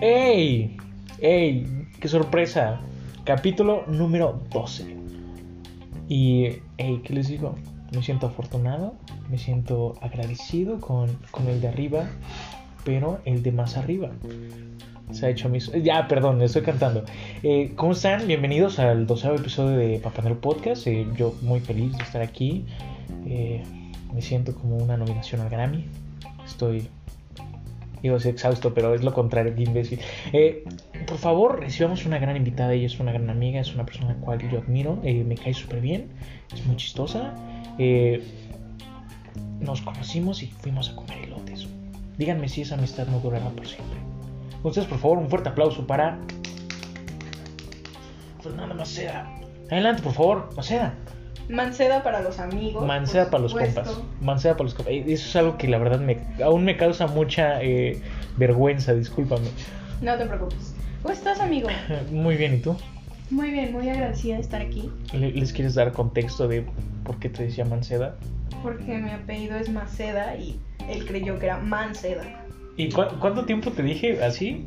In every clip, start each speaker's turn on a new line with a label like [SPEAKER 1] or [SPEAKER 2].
[SPEAKER 1] ¡Ey! ¡Ey! ¡Qué sorpresa! Capítulo número 12. Y, ¡ey! ¿Qué les digo? Me siento afortunado, me siento agradecido con, con el de arriba, pero el de más arriba. Se ha hecho mis... Ya, perdón, estoy cantando. Eh, ¿Cómo están? Bienvenidos al doceavo episodio de Papanel Podcast. Eh, yo muy feliz de estar aquí. Eh, me siento como una nominación al Grammy. Estoy Digo, es exhausto, pero es lo contrario, qué imbécil. Eh, por favor, recibamos una gran invitada. Ella es una gran amiga, es una persona a la cual yo admiro. eh, me cae súper bien, es muy chistosa. eh, nos conocimos y fuimos a comer elotes. Díganme si esa amistad no durará por siempre. Entonces, por favor, un fuerte aplauso para pues Fernanda Maceda. Adelante, por favor, Maceda.
[SPEAKER 2] Manceda para los amigos.
[SPEAKER 1] Manceda
[SPEAKER 2] por
[SPEAKER 1] para los
[SPEAKER 2] supuesto.
[SPEAKER 1] compas. Manceda para los compas. Eh, Eso es algo que la verdad me, aún me causa mucha eh, vergüenza, discúlpame.
[SPEAKER 2] No te preocupes. ¿Cómo estás, amigo?
[SPEAKER 1] Muy bien, ¿y tú?
[SPEAKER 2] Muy bien, muy agradecida de estar aquí
[SPEAKER 1] ¿Le- ¿Les quieres dar contexto de por qué te decía Manceda?
[SPEAKER 2] porque mi apellido es Maceda y él creyó que era Manceda.
[SPEAKER 1] ¿Y cu- cuánto tiempo te dije así?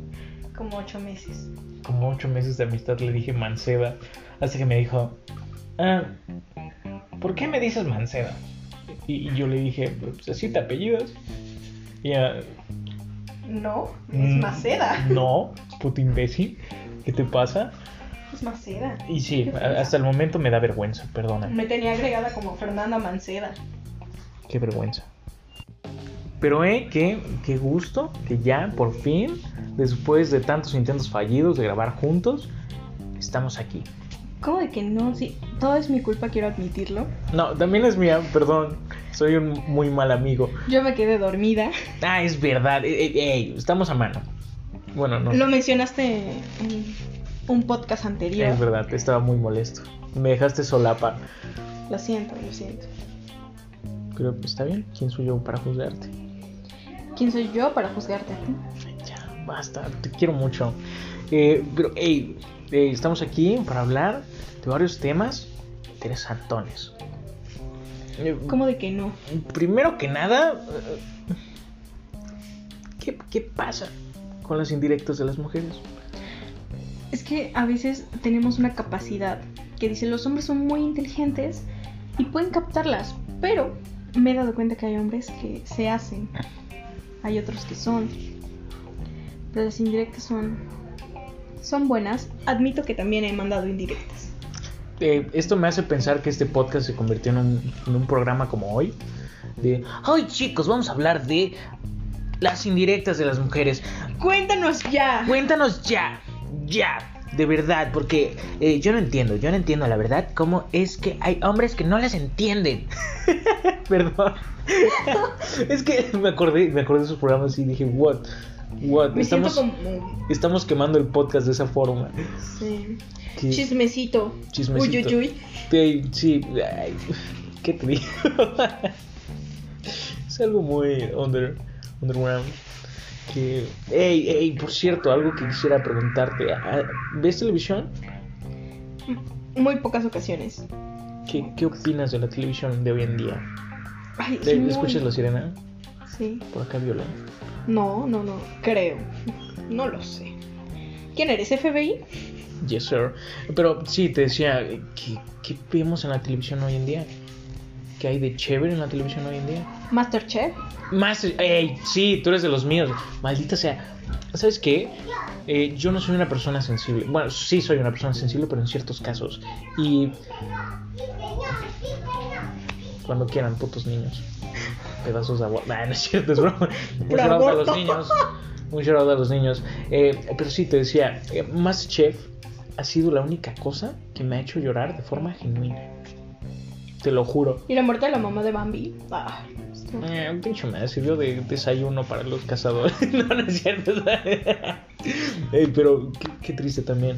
[SPEAKER 2] Como ocho meses.
[SPEAKER 1] Como ocho meses de amistad le dije Manceda. Hasta que me dijo, ah, ¿por qué me dices Manceda? Y, y yo le dije, pues así te apellidas. Y ella,
[SPEAKER 2] No, es
[SPEAKER 1] Mm.
[SPEAKER 2] Maceda.
[SPEAKER 1] no, puto imbécil, ¿qué te pasa?
[SPEAKER 2] Es Maceda.
[SPEAKER 1] Y sí,
[SPEAKER 2] Qué
[SPEAKER 1] a- hasta el momento me da vergüenza, perdona.
[SPEAKER 2] Me tenía agregada como Fernanda Manceda.
[SPEAKER 1] Qué vergüenza. Pero eh, qué, qué gusto que ya, por fin, después de tantos intentos fallidos de grabar juntos, estamos aquí.
[SPEAKER 2] ¿Cómo de que no? Sí, todo es mi culpa, quiero admitirlo.
[SPEAKER 1] No, también es mía, perdón, soy un muy mal amigo.
[SPEAKER 2] Yo me quedé dormida.
[SPEAKER 1] Ah, es verdad, eh, eh, ey, estamos a mano. Bueno, no,
[SPEAKER 2] Lo mencionaste en un podcast anterior.
[SPEAKER 1] es verdad, estaba muy molesto. Me dejaste solapa,
[SPEAKER 2] Lo siento, lo siento.
[SPEAKER 1] pero está bien, ¿quién soy yo para juzgarte?
[SPEAKER 2] ¿Quién soy yo para juzgarte a ti?
[SPEAKER 1] Ya, basta, te quiero mucho. Eh, pero, hey, eh, estamos aquí para hablar de varios temas interesantones. Eh,
[SPEAKER 2] ¿Cómo de que no?
[SPEAKER 1] Primero que nada, eh, ¿qué, ¿qué pasa con las indirectas de las mujeres?
[SPEAKER 2] Es que a veces tenemos una capacidad que dice los hombres son muy inteligentes y pueden captarlas, pero me he dado cuenta que hay hombres que se hacen, hay otros que son. Pero las indirectas son son buenas. Admito que también he mandado indirectas.
[SPEAKER 1] Eh, esto me hace pensar que este podcast se convirtió en un, en un programa como hoy. De, hoy chicos, vamos a hablar de las indirectas de las mujeres.
[SPEAKER 2] Cuéntanos ya.
[SPEAKER 1] Cuéntanos ya, ya, de verdad, porque eh, yo no entiendo, yo no entiendo la verdad cómo es que hay hombres que no las entienden. Perdón. es que me acordé, me acordé de esos programas y dije, what, what,
[SPEAKER 2] Me
[SPEAKER 1] estamos,
[SPEAKER 2] siento como
[SPEAKER 1] estamos quemando el podcast de esa forma.
[SPEAKER 2] sí.
[SPEAKER 1] Que-
[SPEAKER 2] chismecito.
[SPEAKER 1] Chismecito.
[SPEAKER 2] Uy, uy, uy.
[SPEAKER 1] Ey, sí, ay, qué te digo. es algo muy under, underground. Que, ey, ey, por cierto, algo que quisiera preguntarte. ah, ¿Ves televisión?
[SPEAKER 2] Muy pocas ocasiones.
[SPEAKER 1] ¿Qué, qué opinas de la televisión de hoy en día?
[SPEAKER 2] Ay,
[SPEAKER 1] ¿Te-
[SPEAKER 2] no.
[SPEAKER 1] ¿Escuchas la sirena?
[SPEAKER 2] Sí.
[SPEAKER 1] Por acá viola.
[SPEAKER 2] No, no, no, creo. No lo sé. ¿Quién eres, FBI?
[SPEAKER 1] Yes, sir. Pero sí, te decía, eh, ¿qué, ¿qué vemos en la televisión hoy en día? ¿Qué hay de chévere en la televisión hoy en día?
[SPEAKER 2] ¿Masterchef?
[SPEAKER 1] Más, ey, sí, tú eres de los míos. Maldita sea. ¿Sabes qué? Eh, yo no soy una persona sensible. Bueno, sí soy una persona sensible, pero en ciertos casos. Y. Cuando quieran, putos niños. Pedazos de agua. Nah, no es cierto, es broma. Un
[SPEAKER 2] Puro
[SPEAKER 1] shoutout a los
[SPEAKER 2] aborto.
[SPEAKER 1] niños. Un shoutout a los niños. Eh, pero sí, te decía, eh, Masterchef ha sido la única cosa que me ha hecho llorar de forma genuina. Te lo juro.
[SPEAKER 2] ¿Y la muerte de la mamá de Bambi? Ah, esto-
[SPEAKER 1] Eh, pinche me sirvió de desayuno para los cazadores. no, no es cierto. Ey, pero qué, qué triste también.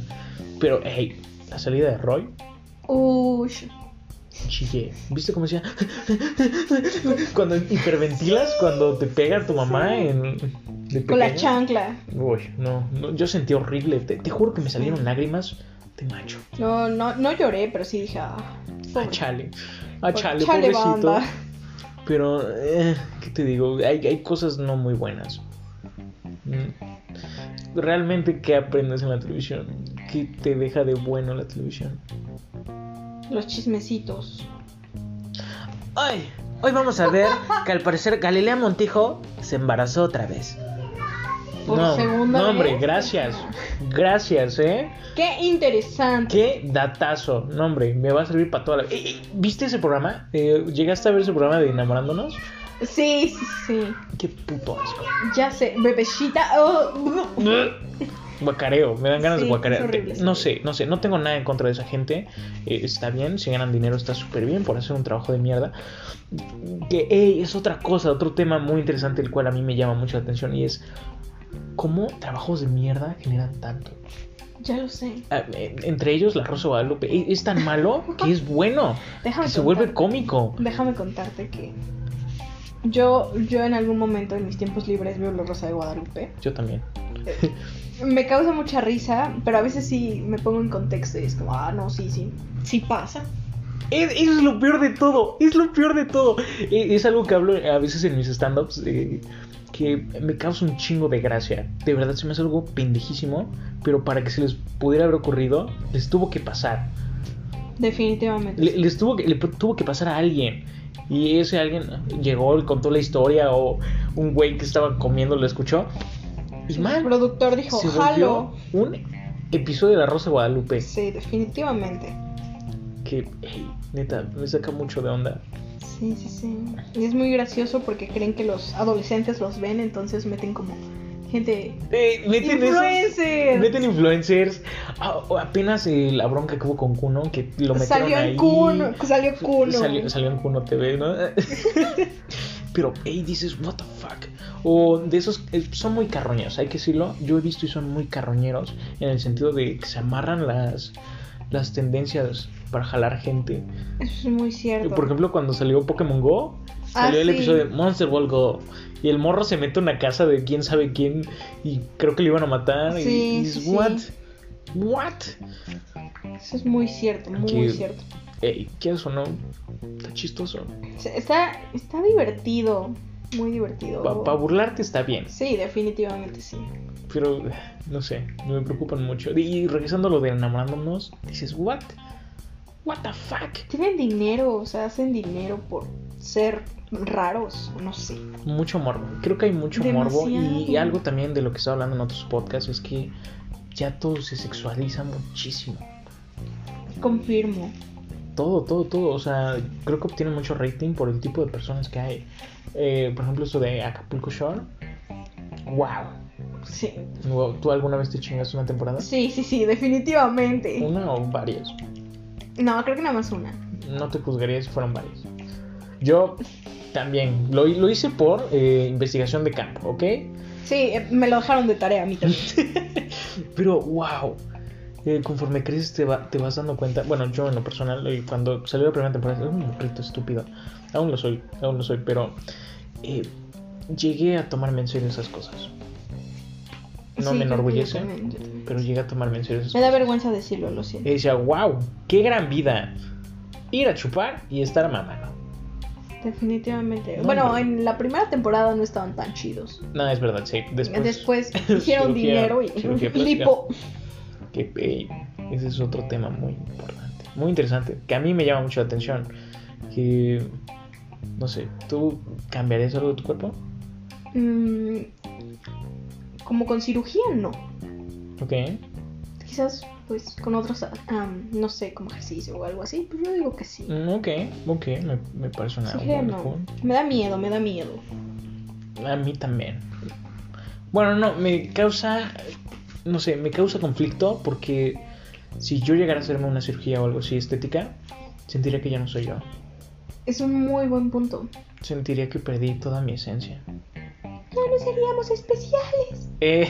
[SPEAKER 1] Pero, hey, la salida de Roy,
[SPEAKER 2] Ush.
[SPEAKER 1] chillé. ¿Viste cómo decía? cuando hiperventilas, cuando te pega tu mamá en. de
[SPEAKER 2] con la
[SPEAKER 1] pequeño.
[SPEAKER 2] chancla.
[SPEAKER 1] Uy, no, no, yo sentí horrible. Te, te juro que me
[SPEAKER 2] Mm.
[SPEAKER 1] salieron lágrimas de macho.
[SPEAKER 2] No, no, no lloré, pero sí dije, ah, pobre-
[SPEAKER 1] A chale. A chale,
[SPEAKER 2] chale,
[SPEAKER 1] pobrecito.
[SPEAKER 2] banda.
[SPEAKER 1] Pero, eh, ¿qué te digo? Hay, hay cosas no muy buenas. Mm. Realmente, ¿qué aprendes en la televisión? ¿Qué te deja de bueno la televisión?
[SPEAKER 2] Los chismecitos.
[SPEAKER 1] Hoy, hoy vamos a ver que al parecer Galilea Montijo se embarazó otra vez.
[SPEAKER 2] Por
[SPEAKER 1] no,
[SPEAKER 2] segunda
[SPEAKER 1] no, hombre,
[SPEAKER 2] vez.
[SPEAKER 1] gracias. Gracias, ¿eh?
[SPEAKER 2] Qué interesante.
[SPEAKER 1] Qué datazo. No, hombre, me va a servir para toda la... Eh, eh, ¿Viste ese programa? Eh, ¿Llegaste a ver ese programa de Enamorándonos?
[SPEAKER 2] Sí, sí, sí.
[SPEAKER 1] Qué puto asco.
[SPEAKER 2] Ya sé, bebecita. oh,
[SPEAKER 1] Guacareo, me dan ganas
[SPEAKER 2] Sí,
[SPEAKER 1] de guacarear.
[SPEAKER 2] es horrible, es
[SPEAKER 1] No
[SPEAKER 2] horrible.
[SPEAKER 1] sé, no sé, no tengo nada en contra de esa gente. Eh, está bien, si ganan dinero está súper bien por hacer un trabajo de mierda. Que ey, es otra cosa, otro tema muy interesante el cual a mí me llama mucho la atención y es cómo trabajos de mierda generan tanto.
[SPEAKER 2] ya lo sé.
[SPEAKER 1] Ah, eh, Entre ellos la Rosa Guadalupe. Ey, Es tan malo que es bueno,
[SPEAKER 2] Déjame
[SPEAKER 1] que se
[SPEAKER 2] contarte.
[SPEAKER 1] vuelve cómico.
[SPEAKER 2] Déjame contarte que yo, yo en algún momento en mis tiempos libres veo La Rosa de Guadalupe.
[SPEAKER 1] Yo también.
[SPEAKER 2] Me causa mucha risa, pero a veces sí me pongo en contexto y es como, ah, no, sí, sí, sí pasa.
[SPEAKER 1] Es, es lo peor de todo, es lo peor de todo. E- Es, algo que hablo a veces en mis stand-ups eh, que me causa un chingo de gracia. De verdad se me hace algo pendejísimo, pero para que se les pudiera haber ocurrido, les tuvo que pasar.
[SPEAKER 2] Definitivamente.
[SPEAKER 1] Le- les tuvo que, le tuvo que pasar a alguien. Y ese alguien llegó y contó la historia o un güey que estaba comiendo lo escuchó. Y
[SPEAKER 2] El
[SPEAKER 1] mal,
[SPEAKER 2] productor dijo,
[SPEAKER 1] se volvió pues
[SPEAKER 2] jalo.
[SPEAKER 1] un episodio de La Rosa de Guadalupe
[SPEAKER 2] Sí, definitivamente.
[SPEAKER 1] que, hey, neta, me saca mucho de onda.
[SPEAKER 2] Sí, sí, sí. Y es muy gracioso porque creen que los adolescentes los ven, entonces meten como gente...
[SPEAKER 1] Eh, meten esos-
[SPEAKER 2] Influencer.
[SPEAKER 1] Meten influencers. A- o apenas eh, la bronca que hubo con Kuno, que lo metieron
[SPEAKER 2] Salió
[SPEAKER 1] ahí.
[SPEAKER 2] en cuno, salió cuno.
[SPEAKER 1] Salió, salió en Kuno TV, ¿no? Pero, hey, dices, what the fuck. O de esos, eh, son muy carroñeros, hay que decirlo. Yo he visto y son muy carroñeros en el sentido de que se amarran las, las tendencias para jalar gente.
[SPEAKER 2] Eso es muy cierto.
[SPEAKER 1] Por ejemplo, cuando salió Pokémon Go,
[SPEAKER 2] Ah,
[SPEAKER 1] salió el
[SPEAKER 2] sí.
[SPEAKER 1] episodio de Monster Ball Go. Y el morro se mete a una casa de quién sabe quién. Y creo que le iban a matar. y-
[SPEAKER 2] Sí,
[SPEAKER 1] y dices,
[SPEAKER 2] sí,
[SPEAKER 1] ¿what?
[SPEAKER 2] sí.
[SPEAKER 1] ¿What?
[SPEAKER 2] Eso es muy cierto, muy
[SPEAKER 1] Que-
[SPEAKER 2] cierto.
[SPEAKER 1] Ey, ¿qué es o no? Está chistoso.
[SPEAKER 2] O sea, Está, está divertido, muy divertido.
[SPEAKER 1] Para burlarte está bien.
[SPEAKER 2] Sí, definitivamente sí.
[SPEAKER 1] Pero, no sé, me preocupan mucho. Y, y regresando a lo de enamorándonos, dices, ¿what? ¿What the fuck?
[SPEAKER 2] Tienen dinero, o sea, hacen dinero por ser raros, no sé.
[SPEAKER 1] mucho morbo. Creo que hay mucho morbo. Y
[SPEAKER 2] Demasiado.
[SPEAKER 1] algo también de lo que estaba hablando en otros podcasts es que ya todo se sexualiza muchísimo.
[SPEAKER 2] Confirmo.
[SPEAKER 1] Todo, todo, todo. O sea, creo que obtiene mucho rating por el tipo de personas que hay. Eh, por ejemplo, esto de Acapulco Shore. Wow.
[SPEAKER 2] Sí,
[SPEAKER 1] Wow. ¿Tú alguna vez te chingas una temporada?
[SPEAKER 2] sí, sí, sí, definitivamente.
[SPEAKER 1] ¿Una o varias?
[SPEAKER 2] No, creo que nada más una.
[SPEAKER 1] No te juzgaría si fueron varias. Yo también. Lo, lo hice por eh, investigación de campo, ¿ok?
[SPEAKER 2] Sí, eh, me lo dejaron de tarea a mí también.
[SPEAKER 1] Pero wow, eh, conforme creces te, va- te vas dando cuenta. Bueno, yo en lo personal, eh, cuando salió la primera temporada, era un morrito estúpido. Aún lo soy, aún lo soy, pero eh, llegué a tomarme en serio esas cosas. No me
[SPEAKER 2] Sí, creo que yo
[SPEAKER 1] enorgullece,
[SPEAKER 2] también, yo también.
[SPEAKER 1] pero llegué a tomarme en serio esas
[SPEAKER 2] Me da
[SPEAKER 1] cosas.
[SPEAKER 2] vergüenza decirlo, lo
[SPEAKER 1] Y
[SPEAKER 2] siento.
[SPEAKER 1] decía, wow, qué gran vida. Ir a chupar y estar mamando.
[SPEAKER 2] Definitivamente.
[SPEAKER 1] No,
[SPEAKER 2] bueno,
[SPEAKER 1] hombre.
[SPEAKER 2] en la primera temporada no estaban tan chidos.
[SPEAKER 1] No, es verdad, sí. Después,
[SPEAKER 2] Después
[SPEAKER 1] cirugía-
[SPEAKER 2] hicieron dinero y
[SPEAKER 1] cirugía plástica.
[SPEAKER 2] lipo.
[SPEAKER 1] Que, ey, ese es otro tema muy importante, muy interesante, que a mí me llama mucho la atención. Que, no sé, ¿tú cambiarías algo de tu cuerpo?
[SPEAKER 2] Mm, como con cirugía, no.
[SPEAKER 1] Ok.
[SPEAKER 2] Quizás, pues, con otros, am, no sé, como ejercicio o algo así. Pues yo digo que sí.
[SPEAKER 1] Mm, Ok, ok, me, me parece una
[SPEAKER 2] Cirugía
[SPEAKER 1] buena
[SPEAKER 2] no.
[SPEAKER 1] opción.
[SPEAKER 2] Me da miedo, me da miedo.
[SPEAKER 1] A mí también. Bueno, no, me causa, no sé, me causa conflicto porque si yo llegara a hacerme una cirugía o algo así estética, sentiría que ya no soy yo.
[SPEAKER 2] Es un muy buen punto.
[SPEAKER 1] Sentiría que perdí toda mi esencia.
[SPEAKER 2] Ya no seríamos especiales.
[SPEAKER 1] Eh,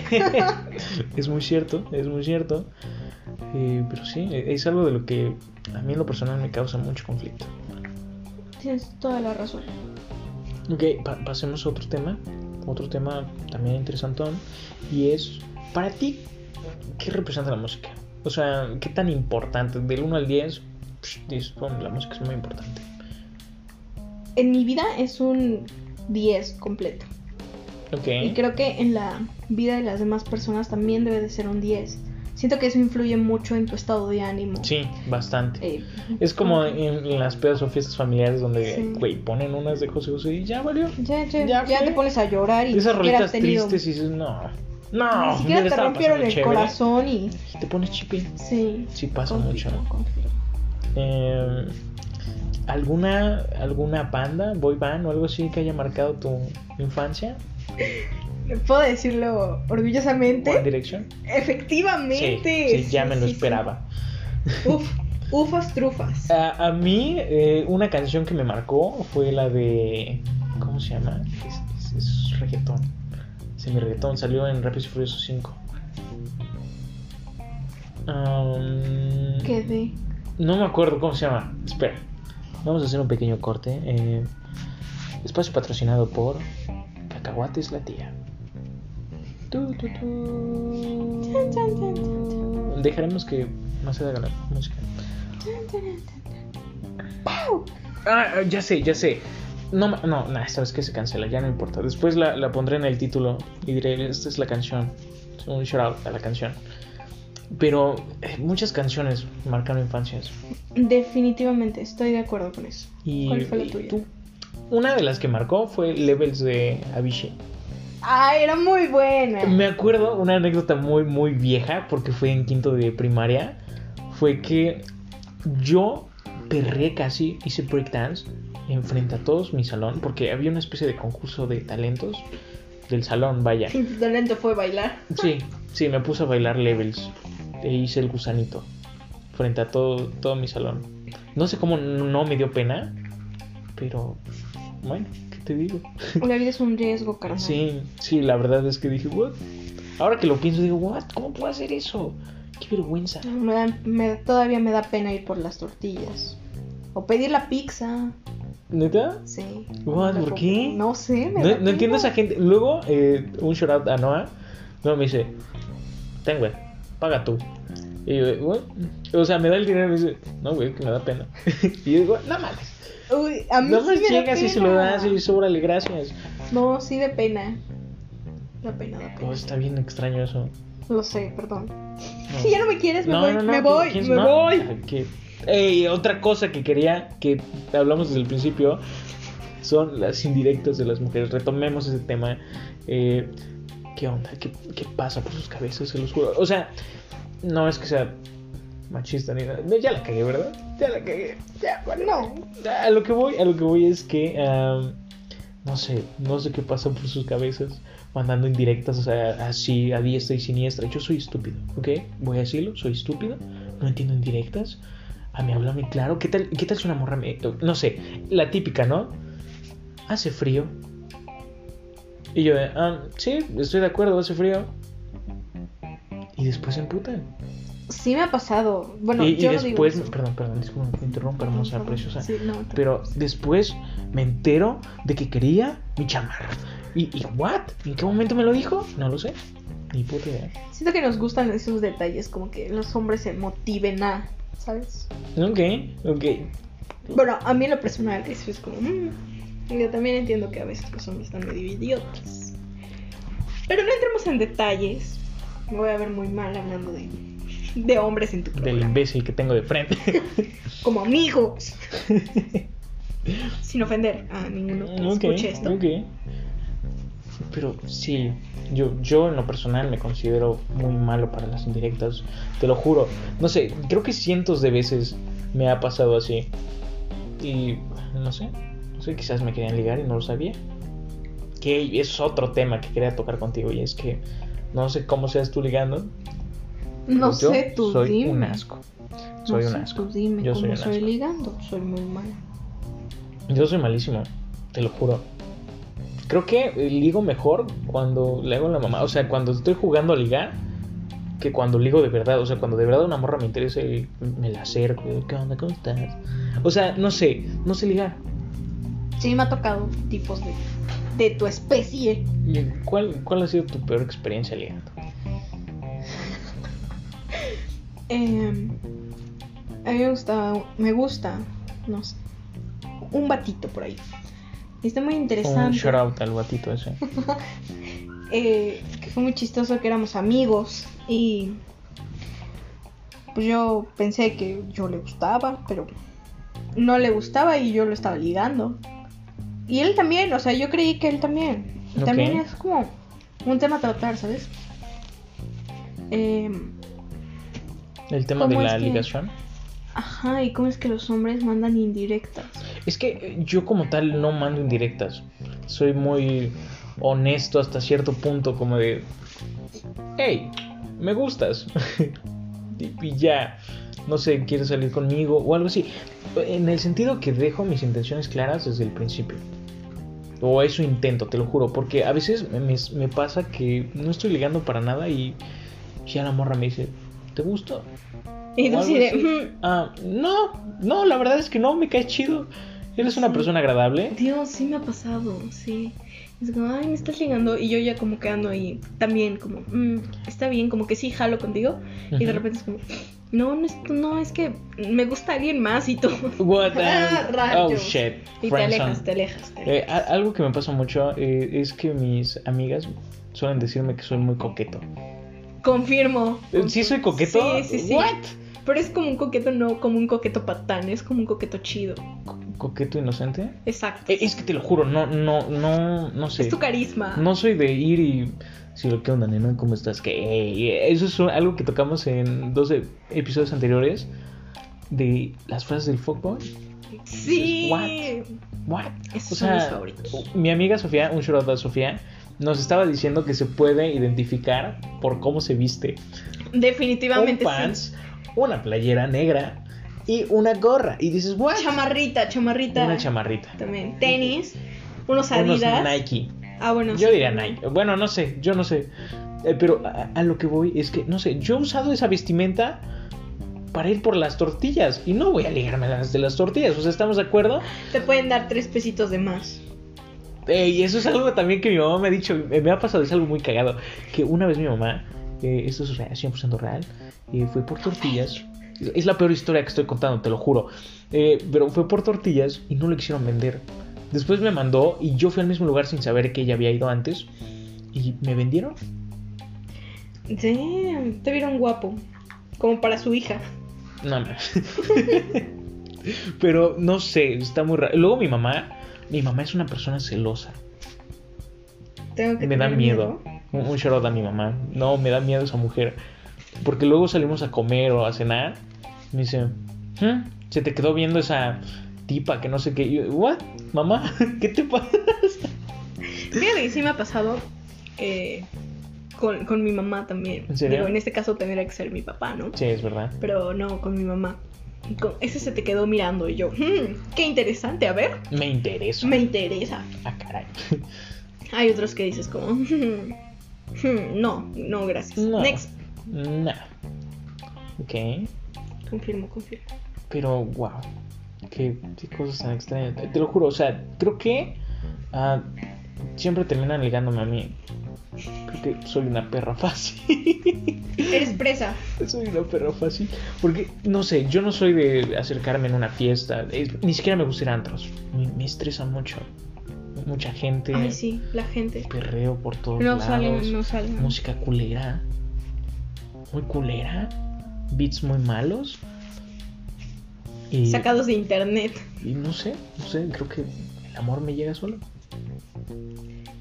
[SPEAKER 1] es muy cierto, es muy cierto. Eh, pero sí, e- es algo de lo que a mí en lo personal me causa mucho conflicto.
[SPEAKER 2] Tienes toda la razón.
[SPEAKER 1] Ok, pa- pasemos a otro tema. Otro tema también interesantón. Y es, para ti, ¿qué representa la música? O sea, ¿qué tan importante? Del 1 al 10, psh, dices, "Bueno, la música es muy importante.
[SPEAKER 2] En mi vida es un 10 completo.
[SPEAKER 1] Ok.
[SPEAKER 2] Y creo que en la vida de las demás personas también debe de ser un 10. Siento que eso influye mucho en tu estado de ánimo.
[SPEAKER 1] Sí, bastante.
[SPEAKER 2] Eh,
[SPEAKER 1] Es como
[SPEAKER 2] ok.
[SPEAKER 1] en, en las pedas o fiestas familiares donde,
[SPEAKER 2] Sí.
[SPEAKER 1] güey, ponen unas de José José y ya valió.
[SPEAKER 2] Ya, ya,
[SPEAKER 1] Ya
[SPEAKER 2] ya,
[SPEAKER 1] fue.
[SPEAKER 2] te pones a llorar y
[SPEAKER 1] Esas
[SPEAKER 2] ni siquiera
[SPEAKER 1] rolitas
[SPEAKER 2] has tenido-
[SPEAKER 1] tristes y dices, no, no,
[SPEAKER 2] Ni
[SPEAKER 1] me la
[SPEAKER 2] siquiera te
[SPEAKER 1] estaba
[SPEAKER 2] rompieron
[SPEAKER 1] pasando
[SPEAKER 2] el
[SPEAKER 1] chévere.
[SPEAKER 2] corazón y.
[SPEAKER 1] Y te pones chipi.
[SPEAKER 2] Sí.
[SPEAKER 1] Sí pasa mucho.
[SPEAKER 2] confirmo, confirmo.
[SPEAKER 1] Eh, ¿Alguna alguna banda, boy band o algo así que haya marcado tu infancia?
[SPEAKER 2] Puedo decirlo
[SPEAKER 1] ¿One
[SPEAKER 2] orgullosamente.
[SPEAKER 1] Direction? Sí,
[SPEAKER 2] Efectivamente.
[SPEAKER 1] sí, ya
[SPEAKER 2] sí,
[SPEAKER 1] me lo
[SPEAKER 2] sí, sí.
[SPEAKER 1] esperaba.
[SPEAKER 2] Uf, ufas trufas.
[SPEAKER 1] A, a mí, eh, una canción que me marcó fue la de. ¿Cómo se llama? Es, es, es reggaetón. Semi reggaetón, salió en Rápidos y Furiosos 5. Um,
[SPEAKER 2] Quedé.
[SPEAKER 1] No me acuerdo cómo se llama. Espera. Vamos a hacer un pequeño corte. Eh, espacio patrocinado por Cacahuates la tía. Tu, tu, tu.
[SPEAKER 2] Chan, chan, chan, chan,
[SPEAKER 1] Dejaremos que más se haga la música.
[SPEAKER 2] chan, chan, chan, chan. ¡Pau!
[SPEAKER 1] Ah, ah, ya sé, ya sé. No, ma- no, nah, esta vez que se cancela, ya no importa. Después la, la pondré en el título y diré, esta es la canción. Un shout out a la canción. Pero eh, muchas canciones marcaron infancias.
[SPEAKER 2] Definitivamente, estoy de acuerdo con eso.
[SPEAKER 1] Y,
[SPEAKER 2] ¿Cuál fue la
[SPEAKER 1] y
[SPEAKER 2] tuya?
[SPEAKER 1] tú, una de las que marcó fue Levels de Avicii.
[SPEAKER 2] Ah, era muy buena.
[SPEAKER 1] Me acuerdo una anécdota muy, muy vieja, porque fue en quinto de primaria, fue que yo perré casi, hice breakdance enfrente a todos mi salón, porque había una especie de concurso de talentos del salón, vaya.
[SPEAKER 2] Tu talento fue bailar.
[SPEAKER 1] Sí, sí, me puse a bailar levels. E hice el gusanito. Frente a todo, todo mi salón. No sé cómo n- no me dio pena. Pero bueno, ¿qué te digo?
[SPEAKER 2] La vida es un riesgo, carnal.
[SPEAKER 1] Sí, sí, la verdad es que dije, what? Ahora que lo pienso, digo, what? ¿Cómo puedo hacer eso? Qué vergüenza.
[SPEAKER 2] Me da- me- todavía me da pena ir por las tortillas. O pedir la pizza.
[SPEAKER 1] ¿Neta?
[SPEAKER 2] Sí.
[SPEAKER 1] What? ¿Por qué?
[SPEAKER 2] No sé. me
[SPEAKER 1] No,
[SPEAKER 2] da
[SPEAKER 1] no entiendo a
[SPEAKER 2] pena.
[SPEAKER 1] esa gente. Luego, eh, un shout out a Noah. Noah me dice: Ten, güey, paga tú. Y yo, "What?" O sea, me da el dinero y me dice: No, güey, que me da pena. y yo digo: No mames.
[SPEAKER 2] Uy, a mí
[SPEAKER 1] No
[SPEAKER 2] sí
[SPEAKER 1] más
[SPEAKER 2] me da
[SPEAKER 1] llegas y se lo
[SPEAKER 2] pena.
[SPEAKER 1] das y sóbrale, gracias.
[SPEAKER 2] No, sí de pena. Da pena, da
[SPEAKER 1] Oh,
[SPEAKER 2] pena.
[SPEAKER 1] está bien extraño eso.
[SPEAKER 2] Lo sé, perdón.
[SPEAKER 1] No.
[SPEAKER 2] Si ya no me quieres, me voy. me voy,
[SPEAKER 1] ¿quién-
[SPEAKER 2] me
[SPEAKER 1] no?
[SPEAKER 2] voy.
[SPEAKER 1] Ah, que- Ey, otra cosa que quería que hablamos desde el principio son las indirectas de las mujeres. Retomemos ese tema. Eh, ¿Qué onda? ¿Qué, qué pasa por sus cabezas? Se los juro. O sea, no es que sea machista ni nada. Ya la cagué, ¿verdad? Ya la cagué. Ya, vale.
[SPEAKER 2] No.
[SPEAKER 1] A lo que voy, a lo que voy es que am, no sé, no sé qué pasa por sus cabezas mandando indirectas, o sea, así a diestra y siniestra. Yo soy estúpido, ¿ok? Voy a decirlo, soy estúpido, no entiendo indirectas. A mí habla muy claro. ¿Qué tal, qué tal si una morra me- no sé, la típica, ¿no? Hace frío. Y yo, de, "Ah, sí, estoy de acuerdo, hace frío. Y después se emputan.
[SPEAKER 2] Sí me ha pasado. Bueno,
[SPEAKER 1] y, y
[SPEAKER 2] yo no digo
[SPEAKER 1] después,
[SPEAKER 2] eso.
[SPEAKER 1] perdón, perdón, disculpa, me interrumpo,
[SPEAKER 2] Por
[SPEAKER 1] hermosa,
[SPEAKER 2] favor.
[SPEAKER 1] preciosa.
[SPEAKER 2] Sí, no,
[SPEAKER 1] Pero después me entero de que quería mi chamarra. ¿Y, y what? ¿En qué momento me lo dijo? No lo sé. Ni puta idea.
[SPEAKER 2] Siento que nos gustan esos detalles, como que los hombres se motiven a, ¿sabes?
[SPEAKER 1] Ok, ok.
[SPEAKER 2] Bueno, a mí en lo personal eso es como... mm, yo también entiendo que a veces los hombres están medio idiotas. Pero no entremos en detalles. Me voy a ver muy mal hablando de, de hombres en tu
[SPEAKER 1] Del
[SPEAKER 2] programa.
[SPEAKER 1] imbécil que tengo de frente.
[SPEAKER 2] Como amigos. Sin ofender a ninguno que
[SPEAKER 1] Mm, ok,
[SPEAKER 2] escuche esto.
[SPEAKER 1] ok. Pero sí, yo, yo en lo personal me considero muy malo para las indirectas. Te lo juro. No sé, creo que cientos de veces me ha pasado así. Y no sé, no sé, quizás me querían ligar y no lo sabía. Que es otro tema que quería tocar contigo y es que no sé cómo seas tú ligando.
[SPEAKER 2] No
[SPEAKER 1] pero Pues yo
[SPEAKER 2] sé, tú
[SPEAKER 1] soy
[SPEAKER 2] dime.
[SPEAKER 1] un asco.
[SPEAKER 2] No
[SPEAKER 1] Soy un
[SPEAKER 2] sé,
[SPEAKER 1] asco.
[SPEAKER 2] tú dime
[SPEAKER 1] Yo soy
[SPEAKER 2] cómo
[SPEAKER 1] un
[SPEAKER 2] soy
[SPEAKER 1] asco.
[SPEAKER 2] ligando. Soy muy mala.
[SPEAKER 1] Yo soy malísimo, te lo juro. Creo que eh, ligo mejor cuando le hago la mamá. O sea, cuando estoy jugando a ligar, que cuando ligo de verdad. O sea, cuando de verdad una morra me interesa y me la acerco. ¿Qué onda? ¿Cómo estás? O sea, no sé, no sé ligar.
[SPEAKER 2] Sí, me ha tocado tipos de, de tu especie.
[SPEAKER 1] ¿Y ¿Cuál, ¿Cuál ha sido tu peor experiencia ligando?
[SPEAKER 2] Eh, a mí me gusta, me gusta, no sé, un batito por ahí. Está muy
[SPEAKER 1] Un
[SPEAKER 2] interesante.
[SPEAKER 1] shout out al guatito ese.
[SPEAKER 2] eh, que fue muy chistoso que éramos amigos y pues yo pensé que yo le gustaba, pero no le gustaba y yo lo estaba ligando. Y él también, o sea, yo creí que él también. Y
[SPEAKER 1] Ok.
[SPEAKER 2] también es como un tema a tratar, ¿sabes? Em,
[SPEAKER 1] El tema de
[SPEAKER 2] ¿Cómo
[SPEAKER 1] la
[SPEAKER 2] es que-
[SPEAKER 1] ligación.
[SPEAKER 2] ajá, ¿y cómo es que los hombres mandan indirectas?
[SPEAKER 1] Es que eh, yo como tal no mando indirectas. Soy muy honesto hasta cierto punto, como de, hey, me gustas. y y ya, no sé, quieres salir conmigo o algo así. En el sentido que dejo mis intenciones claras desde el principio. O eso intento, te lo juro. Porque a veces me, me- me pasa que no estoy ligando para nada y ya la morra me dice, ¿te gusto?
[SPEAKER 2] Y tú
[SPEAKER 1] O
[SPEAKER 2] así
[SPEAKER 1] algo
[SPEAKER 2] de, "Mm,
[SPEAKER 1] Ah, no, no, la verdad es que no, me caes chido. Eres una
[SPEAKER 2] Sí.
[SPEAKER 1] persona agradable.
[SPEAKER 2] Dios, sí me ha pasado, sí. Es como, ay, me estás ligando. Y yo ya como que ando ahí también, como, "Mm, está bien, como que sí jalo contigo. Y de
[SPEAKER 1] Ujú.
[SPEAKER 2] repente es como, no, no es, no, es que me gusta alguien más y tú.
[SPEAKER 1] What the-
[SPEAKER 2] Ah,
[SPEAKER 1] oh
[SPEAKER 2] rayos.
[SPEAKER 1] shit.
[SPEAKER 2] Y te
[SPEAKER 1] friendzone.
[SPEAKER 2] alejas, te alejas, te
[SPEAKER 1] Eh,
[SPEAKER 2] alejas.
[SPEAKER 1] a- algo que me pasa mucho eh, es que mis amigas suelen decirme que soy muy coqueto.
[SPEAKER 2] Confirmo.
[SPEAKER 1] Eh, ¿Sí soy coqueto?
[SPEAKER 2] Sí, sí, sí.
[SPEAKER 1] What?
[SPEAKER 2] Pero es como un coqueto, no como un coqueto patán, es como un coqueto chido.
[SPEAKER 1] Co- ¿Coqueto inocente?
[SPEAKER 2] Exacto.
[SPEAKER 1] Eh, es que te lo juro, no, no, no, no sé.
[SPEAKER 2] Es tu carisma.
[SPEAKER 1] No soy de ir y... Si lo que onda, nena, ¿cómo estás? Que eso es un- algo que tocamos en dos e- episodios anteriores de las frases del fuckboy.
[SPEAKER 2] sí.
[SPEAKER 1] What? What?
[SPEAKER 2] Esos
[SPEAKER 1] O
[SPEAKER 2] son mis
[SPEAKER 1] sea,
[SPEAKER 2] favoritos.
[SPEAKER 1] mi amiga Sofía, un shout out a Sofía, nos estaba diciendo que se puede identificar por cómo se viste. Un
[SPEAKER 2] Definitivamente sí.
[SPEAKER 1] pants, una playera negra y una gorra. Y dices, what?
[SPEAKER 2] Chamarrita, chamarrita.
[SPEAKER 1] Una chamarrita.
[SPEAKER 2] También. Tenis. Unos
[SPEAKER 1] Unos
[SPEAKER 2] Adidas.
[SPEAKER 1] Nike.
[SPEAKER 2] Ah, bueno.
[SPEAKER 1] Yo
[SPEAKER 2] sí,
[SPEAKER 1] diría
[SPEAKER 2] también.
[SPEAKER 1] Nike. Bueno, no sé, yo no sé. Eh, pero a, a lo que voy es que, no sé, yo he usado esa vestimenta para ir por las tortillas. Y no voy a ligarme a las de las tortillas. O sea, ¿estamos de acuerdo?
[SPEAKER 2] Te pueden dar tres pesitos de más.
[SPEAKER 1] Eh, y eso es algo también que mi mamá me ha dicho, eh, me ha pasado, es algo muy cagado. Que una vez mi mamá, eh, esto es real, 100% real, eh, fue por tortillas. Es la peor historia que estoy contando, te lo juro. Eh, pero fue por tortillas y no le quisieron vender. Después me mandó y yo fui al mismo lugar sin saber que ella había ido antes. Y me vendieron.
[SPEAKER 2] Damn, te vieron guapo. Como para su hija.
[SPEAKER 1] No, no. Pero no sé, está muy raro. Luego mi mamá, mi mamá es una persona celosa.
[SPEAKER 2] Tengo que
[SPEAKER 1] Me da
[SPEAKER 2] tener
[SPEAKER 1] miedo. Un, un shout out a mi mamá. No, me da miedo esa mujer. Porque luego salimos a comer o a cenar. Me dice, "¿Mm? se te quedó viendo esa tipa que no sé qué. Y yo, ¿What? Mamá, ¿qué te pasa?
[SPEAKER 2] Fíjate que sí me ha pasado eh, con, con mi mamá también.
[SPEAKER 1] ¿En serio?
[SPEAKER 2] Digo, en este caso tendría que ser mi papá, ¿no?
[SPEAKER 1] Sí, es verdad.
[SPEAKER 2] Pero no, con mi mamá. Y con- ese se te quedó mirando y yo, "Mm, qué interesante, a ver,
[SPEAKER 1] Me interesa.
[SPEAKER 2] me interesa.
[SPEAKER 1] Ah, caray.
[SPEAKER 2] Hay otros que dices como, "Mm, mm, no, no, gracias.
[SPEAKER 1] No.
[SPEAKER 2] Next,
[SPEAKER 1] Nah. Ok.
[SPEAKER 2] confirmo, confirmo.
[SPEAKER 1] Pero, wow. Qué, qué cosas tan extrañas. Te, te lo juro, o sea, creo que ah, siempre terminan ligándome a mí. Creo que soy una perra fácil.
[SPEAKER 2] Eres presa.
[SPEAKER 1] Soy una perra fácil. Porque, no sé, yo no soy de acercarme en una fiesta. Es- ni siquiera me gustan antros. Me, me estresa mucho. Mucha gente.
[SPEAKER 2] Ay, sí, la gente.
[SPEAKER 1] Perreo por todos
[SPEAKER 2] No
[SPEAKER 1] pues, lados.
[SPEAKER 2] salen, no salen.
[SPEAKER 1] Música culera. Muy culera. Beats muy malos. Y,
[SPEAKER 2] Sacados de internet.
[SPEAKER 1] y no sé, no sé, creo que el amor me llega solo.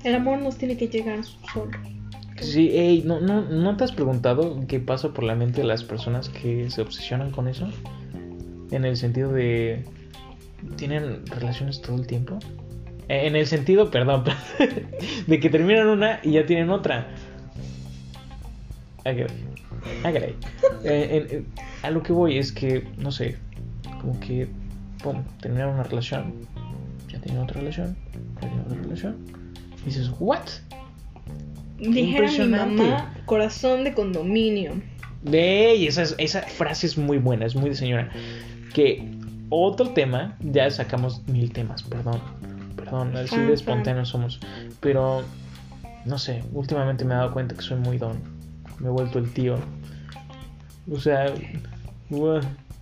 [SPEAKER 2] El amor nos tiene que llegar a su sol.
[SPEAKER 1] Sí, ey, ¿no, no, ¿no te has preguntado qué pasa por la mente de las personas que se obsesionan con eso? En el sentido de... ¿Tienen relaciones todo el tiempo? Eh, En el sentido, perdón, de que terminan una y ya tienen otra. Ah, caray. Ah, caray. Eh, en- en- a lo que voy es que, no sé, como que, pum, terminaron una relación, ya tienen otra relación, ya tienen otra relación. Y dices, ¿what?
[SPEAKER 2] Dijera mi
[SPEAKER 1] Impresionante.
[SPEAKER 2] mamá, corazón de condominio.
[SPEAKER 1] Ey, esa, es- esa frase es muy buena, es muy de señora. Que otro tema, ya sacamos mil temas, perdón. Perdón, así
[SPEAKER 2] Fan,
[SPEAKER 1] de
[SPEAKER 2] fan.
[SPEAKER 1] espontáneos somos. Pero, no sé, últimamente me he dado cuenta que soy muy don. Me he vuelto el tío. O sea, ua,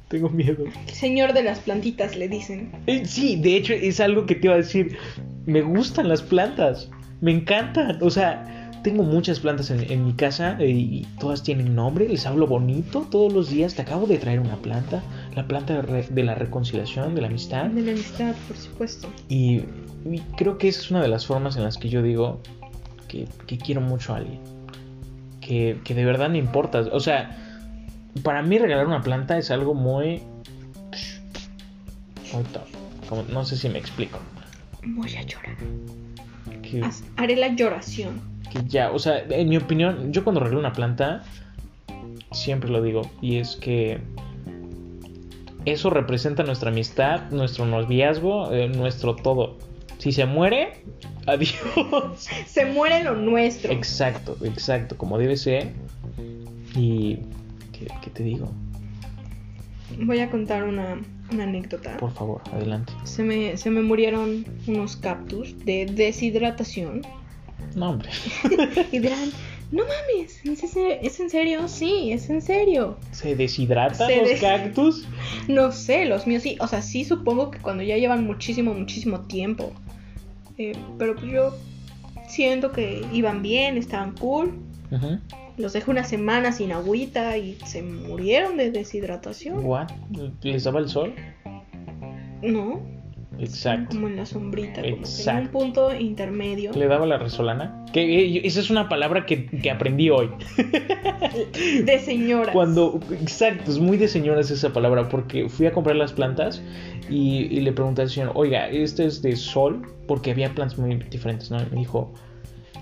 [SPEAKER 1] tengo miedo.
[SPEAKER 2] Señor de las plantitas, le dicen.
[SPEAKER 1] Eh, Sí, de hecho es algo que te iba a decir. me gustan las plantas, me encantan. O sea, tengo muchas plantas en, en mi casa eh, y todas tienen nombre, les hablo bonito todos los días. Te acabo de traer una planta, la planta de, re- de la reconciliación, de la amistad.
[SPEAKER 2] De la amistad, por supuesto.
[SPEAKER 1] Y, y creo que esa es una de las formas en las que yo digo que, que quiero mucho a alguien. Que, que de verdad me importa. O sea, para mí regalar una planta es algo muy... muy top. Como- no sé si me explico.
[SPEAKER 2] Voy a llorar.
[SPEAKER 1] Que,
[SPEAKER 2] Haz- Haré la lloración.
[SPEAKER 1] que ya, o sea, en mi opinión, yo cuando regalo una planta, siempre lo digo, y es que eso representa nuestra amistad, nuestro noviazgo, eh, nuestro todo. Si se muere, adiós.
[SPEAKER 2] Se muere lo nuestro.
[SPEAKER 1] Exacto, exacto, como debe ser. Y. ¿Qué, qué te digo?
[SPEAKER 2] Voy a contar una, una anécdota.
[SPEAKER 1] Por favor, adelante.
[SPEAKER 2] Se me, se me murieron unos cactus de deshidratación.
[SPEAKER 1] No, hombre.
[SPEAKER 2] Y dirán, no mames, ¿es, ese- es en serio? Sí, es en serio.
[SPEAKER 1] ¿Se deshidratan
[SPEAKER 2] Se
[SPEAKER 1] los
[SPEAKER 2] des-
[SPEAKER 1] cactus?
[SPEAKER 2] No sé, los míos sí. O sea, sí supongo que cuando ya llevan muchísimo, muchísimo tiempo. Eh, pero pues yo siento que iban bien, estaban cool.
[SPEAKER 1] Ujú.
[SPEAKER 2] Los dejé una semana sin agüita y se murieron de deshidratación.
[SPEAKER 1] What? ¿Les daba el sol?
[SPEAKER 2] No,
[SPEAKER 1] Exacto.
[SPEAKER 2] como en la sombrita, como que en un
[SPEAKER 1] Exacto.
[SPEAKER 2] punto intermedio.
[SPEAKER 1] ¿Le daba la resolana? Que eh, yo- esa es una palabra que, que aprendí hoy.
[SPEAKER 2] De señoras.
[SPEAKER 1] Cuando, exacto, es muy de señoras esa palabra, porque fui a comprar las plantas y, y le pregunté al señor, oiga, ¿este es de sol? Porque había plantas muy diferentes, ¿no? Y me dijo,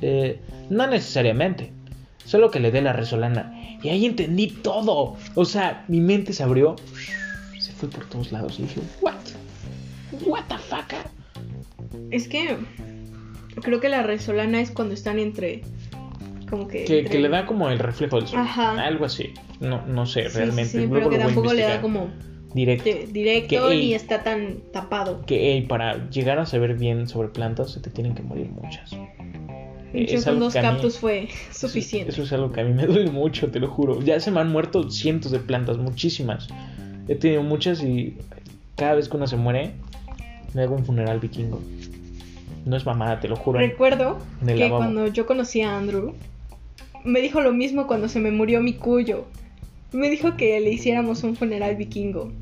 [SPEAKER 1] "Eh, no necesariamente, solo que le dé la resolana. Y ahí entendí todo. O sea, mi mente se abrió, se fue por todos lados y dije, ¿what? ¿What the fuck?
[SPEAKER 2] Es que creo que la resolana es cuando están entre. Como que.
[SPEAKER 1] Que,
[SPEAKER 2] entre-
[SPEAKER 1] que le da como el reflejo del sol.
[SPEAKER 2] Ajá.
[SPEAKER 1] Algo así. No, no sé,
[SPEAKER 2] Sí, sí,
[SPEAKER 1] realmente.
[SPEAKER 2] Sí,
[SPEAKER 1] Luego
[SPEAKER 2] pero que
[SPEAKER 1] lo voy a
[SPEAKER 2] tampoco le da
[SPEAKER 1] investigar.
[SPEAKER 2] como
[SPEAKER 1] Directo.
[SPEAKER 2] de-
[SPEAKER 1] Que,
[SPEAKER 2] directo
[SPEAKER 1] ey.
[SPEAKER 2] ni está tan tapado.
[SPEAKER 1] que hey, para llegar a saber bien sobre plantas se te tienen que morir muchas. Eh,
[SPEAKER 2] Yo
[SPEAKER 1] es
[SPEAKER 2] con
[SPEAKER 1] algo
[SPEAKER 2] dos
[SPEAKER 1] que a mí-
[SPEAKER 2] cactus fue
[SPEAKER 1] eso-
[SPEAKER 2] suficiente.
[SPEAKER 1] Eso es algo que a mí me duele mucho, te lo juro. Ya se me han muerto cientos de plantas, muchísimas. He tenido muchas y cada vez que una se muere, me hago un funeral vikingo. No es mamada, te lo juro.
[SPEAKER 2] Recuerdo
[SPEAKER 1] En el
[SPEAKER 2] que
[SPEAKER 1] lavabo.
[SPEAKER 2] cuando yo conocí a Andrew, me dijo lo mismo cuando se me murió mi cuyo. Me dijo que le hiciéramos un funeral vikingo.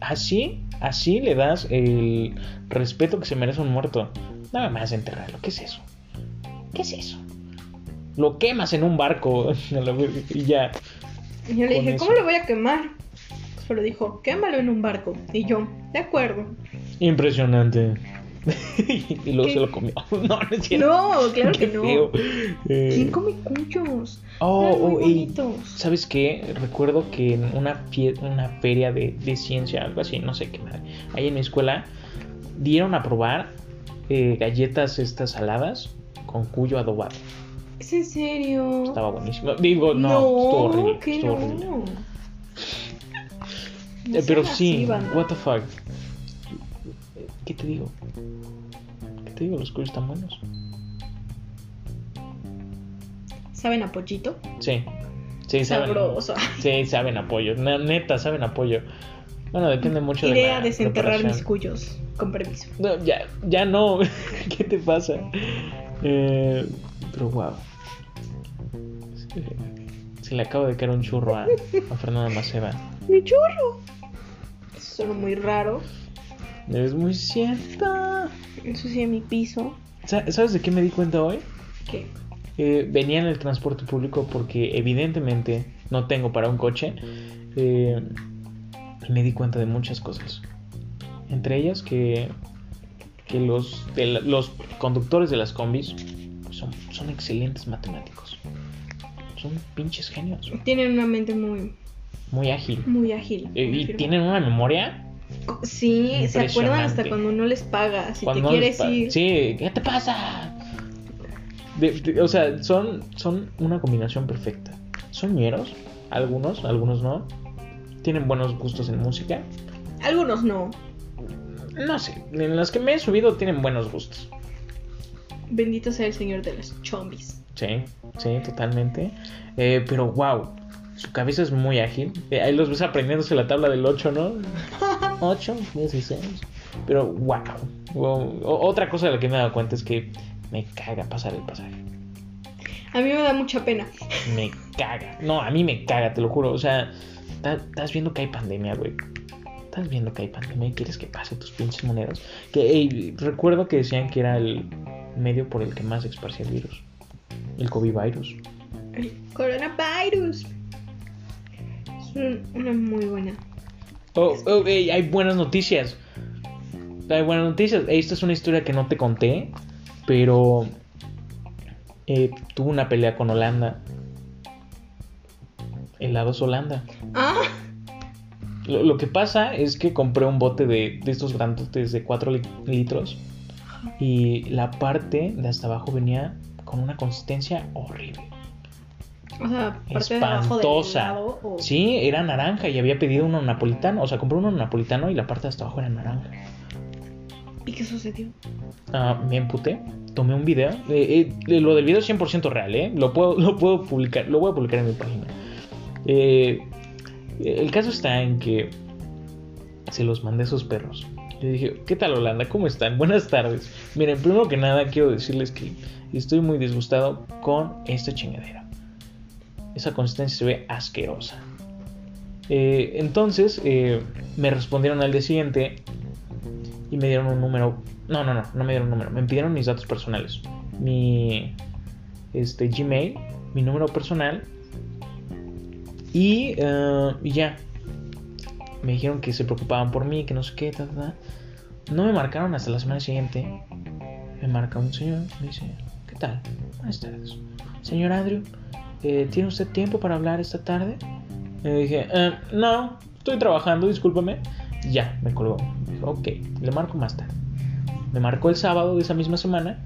[SPEAKER 1] Así, así le das el respeto que se merece un muerto. Nada más enterrarlo. ¿Qué es eso? ¿Qué es eso? Lo quemas en un barco a la verga, y ya.
[SPEAKER 2] Y yo le
[SPEAKER 1] Con
[SPEAKER 2] dije,
[SPEAKER 1] eso.
[SPEAKER 2] ¿cómo lo voy a quemar? Pues, Pero dijo, quémalo en un barco. Y yo, de acuerdo.
[SPEAKER 1] Impresionante. y luego se lo comió. No, no es cierto.
[SPEAKER 2] No, claro
[SPEAKER 1] Qué
[SPEAKER 2] que no.
[SPEAKER 1] feo. Eh,
[SPEAKER 2] ¿Quién come cuyos?
[SPEAKER 1] oh,
[SPEAKER 2] Eran muy
[SPEAKER 1] oh, ey,
[SPEAKER 2] bonitos.
[SPEAKER 1] ¿Sabes qué? Recuerdo que en una, fie- una feria de, de ciencia, algo así, no sé qué madre, ahí en mi escuela, dieron a probar eh, galletas estas saladas con cuyo adobado.
[SPEAKER 2] ¿Es en serio?
[SPEAKER 1] Estaba buenísimo. Digo, no, estuvo horrible.
[SPEAKER 2] que
[SPEAKER 1] estuvo
[SPEAKER 2] no.
[SPEAKER 1] horrible.
[SPEAKER 2] No
[SPEAKER 1] Eh, pero
[SPEAKER 2] sean
[SPEAKER 1] sí,
[SPEAKER 2] así, banda.
[SPEAKER 1] what the fuck. ¿Qué te digo? ¿Qué te digo? Los cuyos están buenos.
[SPEAKER 2] ¿Saben a pollito?
[SPEAKER 1] Sí. Sí, saben.
[SPEAKER 2] Sabroso.
[SPEAKER 1] Sí, saben apoyo. Neta, saben apoyo. Bueno, depende mucho de
[SPEAKER 2] Iré
[SPEAKER 1] la
[SPEAKER 2] a desenterrar mis
[SPEAKER 1] preparación.
[SPEAKER 2] cuyos, con permiso.
[SPEAKER 1] No, ya, ya no. ¿Qué te pasa? Eh, pero wow. Se le acabo de caer un churro a, a Fernanda Maceda.
[SPEAKER 2] ¡Mi churro! Eso suena muy raro.
[SPEAKER 1] Es muy cierto.
[SPEAKER 2] Ensucié mi piso.
[SPEAKER 1] Sa- ¿Sabes de qué me di cuenta hoy?
[SPEAKER 2] ¿Qué?
[SPEAKER 1] Eh, venía en el transporte público porque evidentemente no tengo para un coche. eh, y me di cuenta de muchas cosas. Entre ellas que, que los, de la- los conductores de las combis son, son excelentes matemáticos. Son pinches genios.
[SPEAKER 2] Tienen una mente muy,
[SPEAKER 1] Muy ágil.
[SPEAKER 2] muy ágil.
[SPEAKER 1] Eh, y
[SPEAKER 2] Mm, confirmo.
[SPEAKER 1] tienen una memoria.
[SPEAKER 2] Sí, se acuerdan hasta
[SPEAKER 1] Impresionante.
[SPEAKER 2] cuando no les paga. Si
[SPEAKER 1] cuando
[SPEAKER 2] te
[SPEAKER 1] no les
[SPEAKER 2] quieres
[SPEAKER 1] pa-
[SPEAKER 2] ir.
[SPEAKER 1] Sí, ¿qué te pasa? De- de- o sea, son, son una combinación perfecta. Son ñeros, algunos, algunos no. Tienen buenos gustos en música.
[SPEAKER 2] Algunos no.
[SPEAKER 1] No sé, en las que me he subido tienen buenos gustos.
[SPEAKER 2] Bendito sea el señor de las chombis.
[SPEAKER 1] Sí, sí, totalmente. Eh, pero wow, su cabeza es muy ágil. Eh, ahí los ves aprendiéndose la tabla del 8, ¿no? 8, 16. Pero wow. wow. O- Otra cosa de la que me he dado cuenta es que me caga pasar el pasaje.
[SPEAKER 2] A mí me da mucha pena.
[SPEAKER 1] Me caga. No, a mí me caga, te lo juro. O sea, ta- estás viendo que hay pandemia, güey. Estás viendo que hay pandemia y quieres que pase tus pinches monedas. Que, ey, recuerdo que decían que era el medio por el que más se esparcía el virus. El COVID virus.
[SPEAKER 2] El coronavirus. Es un- una muy buena.
[SPEAKER 1] Oh, oh, ey, hay buenas noticias. Hay buenas noticias. Esta es una historia que no te conté, pero eh, tuvo una pelea con Holanda. Helados Holanda.
[SPEAKER 2] Ah,
[SPEAKER 1] Lo, lo que pasa es que compré un bote de, de estos grandotes de 4 litros y la parte de hasta abajo venía con una consistencia horrible.
[SPEAKER 2] o sea, parte de abajo del
[SPEAKER 1] Espantosa.
[SPEAKER 2] helado, o-
[SPEAKER 1] Sí, era naranja y había pedido uno napolitano. O sea, compré uno napolitano y la parte de hasta abajo era naranja.
[SPEAKER 2] ¿Y qué sucedió?
[SPEAKER 1] Ah, me emputé, tomé un video. Eh, eh, lo del video es 100% real, ¿eh? Lo puedo, lo puedo publicar, lo voy a publicar en mi página. Eh, el caso está en que se los mandé a esos perros. Le dije, ¿qué tal Holanda? ¿Cómo están? Buenas tardes. Miren, primero que nada quiero decirles que estoy muy disgustado con esta chingadera. Esa consistencia se ve asquerosa. Eh, entonces, eh, me respondieron al día siguiente y me dieron un número. No, no, no, no me dieron un número. Me pidieron mis datos personales. Mi este, Gmail, mi número personal. Y, eh, y ya. Me dijeron que se preocupaban por mí, que no sé qué, ta, ta, ta. No me marcaron hasta la semana siguiente. Me marca un señor, me dice, ¿qué tal? Buenas tardes. Señor Andrew, eh, ¿tiene usted tiempo para hablar esta tarde? Le dije, "Eh, no, estoy trabajando, discúlpame. Ya, me colgó. Dije, ok, le marco más tarde. Me marcó el sábado de esa misma semana.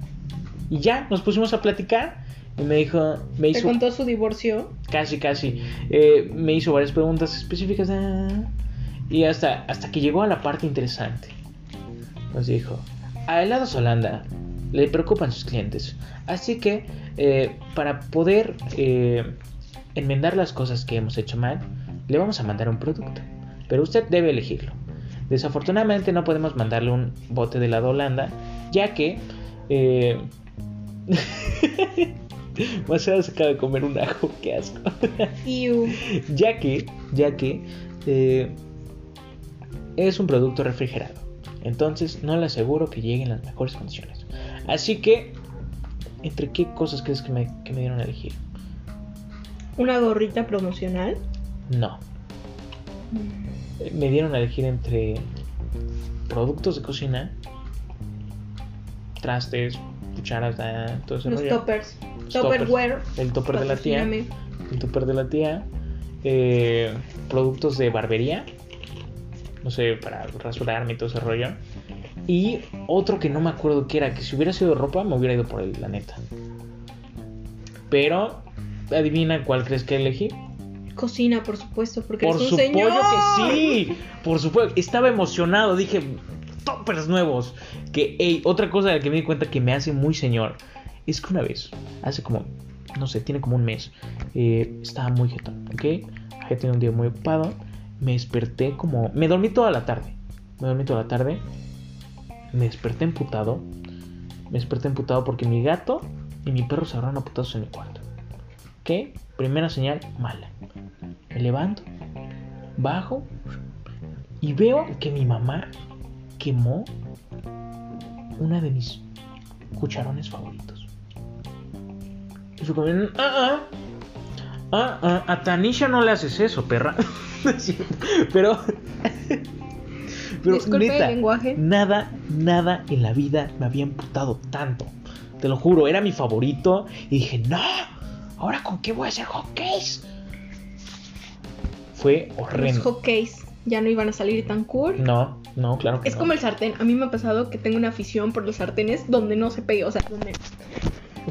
[SPEAKER 1] Y ya, nos pusimos a platicar. Y me dijo, me
[SPEAKER 2] ¿Te
[SPEAKER 1] hizo
[SPEAKER 2] contó su divorcio?
[SPEAKER 1] casi, casi. Eh, me hizo varias preguntas específicas. da, da, da, Y hasta, hasta que llegó a la parte interesante. Nos dijo, a Helados Holanda le preocupan sus clientes. Así que eh, para poder eh, enmendar las cosas que hemos hecho mal, le vamos a mandar un producto. Pero usted debe elegirlo. Desafortunadamente no podemos mandarle un bote de helado Holanda, ya que... Eh, Marcela se acaba de comer un ajo, qué asco
[SPEAKER 2] Iu.
[SPEAKER 1] ya que, ya que eh, es un producto refrigerado. Entonces no le aseguro que llegue en las mejores condiciones. Así que, ¿entre qué cosas crees que me, que me dieron a elegir?
[SPEAKER 2] ¿Una gorrita promocional?
[SPEAKER 1] No. Eh, Me dieron a elegir entre productos de cocina, trastes, cucharas, da, todo ese
[SPEAKER 2] Los
[SPEAKER 1] rollo.
[SPEAKER 2] toppers.
[SPEAKER 1] Pues Los
[SPEAKER 2] Topperware.
[SPEAKER 1] El topper de la tía.
[SPEAKER 2] Patrocíname.
[SPEAKER 1] el tupper de la tía, eh, productos de barbería, no sé, para rasurarme y todo ese rollo. Y otro que no me acuerdo qué era, que si hubiera sido ropa me hubiera ido por él, la neta. Pero, adivina cuál crees que elegí.
[SPEAKER 2] Cocina, por supuesto, porque
[SPEAKER 1] Por
[SPEAKER 2] eres un
[SPEAKER 1] supuesto
[SPEAKER 2] señor.
[SPEAKER 1] que sí, por supuesto. Estaba emocionado, dije, toppers nuevos. Que, ey, otra cosa de la que me di cuenta que me hace muy señor es que una vez, hace como, no sé, tiene como un mes, eh, estaba muy jetón, ¿ok? Había tenido un día muy ocupado, me desperté como, me dormí toda la tarde, me dormí toda la tarde, me desperté emputado, me desperté emputado porque mi gato y mi perro se agarraron a putazos en mi cuarto, ¿ok? Primera señal mala. Me levanto, bajo y veo que mi mamá quemó una de mis cucharones favoritos. Y fue como, ah, ah, ah, ah, a Tanisha no le haces eso, perra. No es cierto, pero, pero
[SPEAKER 2] Disculpe
[SPEAKER 1] neta,
[SPEAKER 2] el lenguaje.
[SPEAKER 1] nada, nada en la vida me había imputado tanto. Te lo juro, era mi favorito y dije, no, ahora con qué voy a hacer hotcakes. Fue
[SPEAKER 2] Los
[SPEAKER 1] horrendo.
[SPEAKER 2] hotcakes ya no iban a salir tan cool.
[SPEAKER 1] No, no, claro que
[SPEAKER 2] Es
[SPEAKER 1] no.
[SPEAKER 2] como el sartén. A mí me ha pasado que tengo una afición por los sartenes donde no se pegue, o sea, donde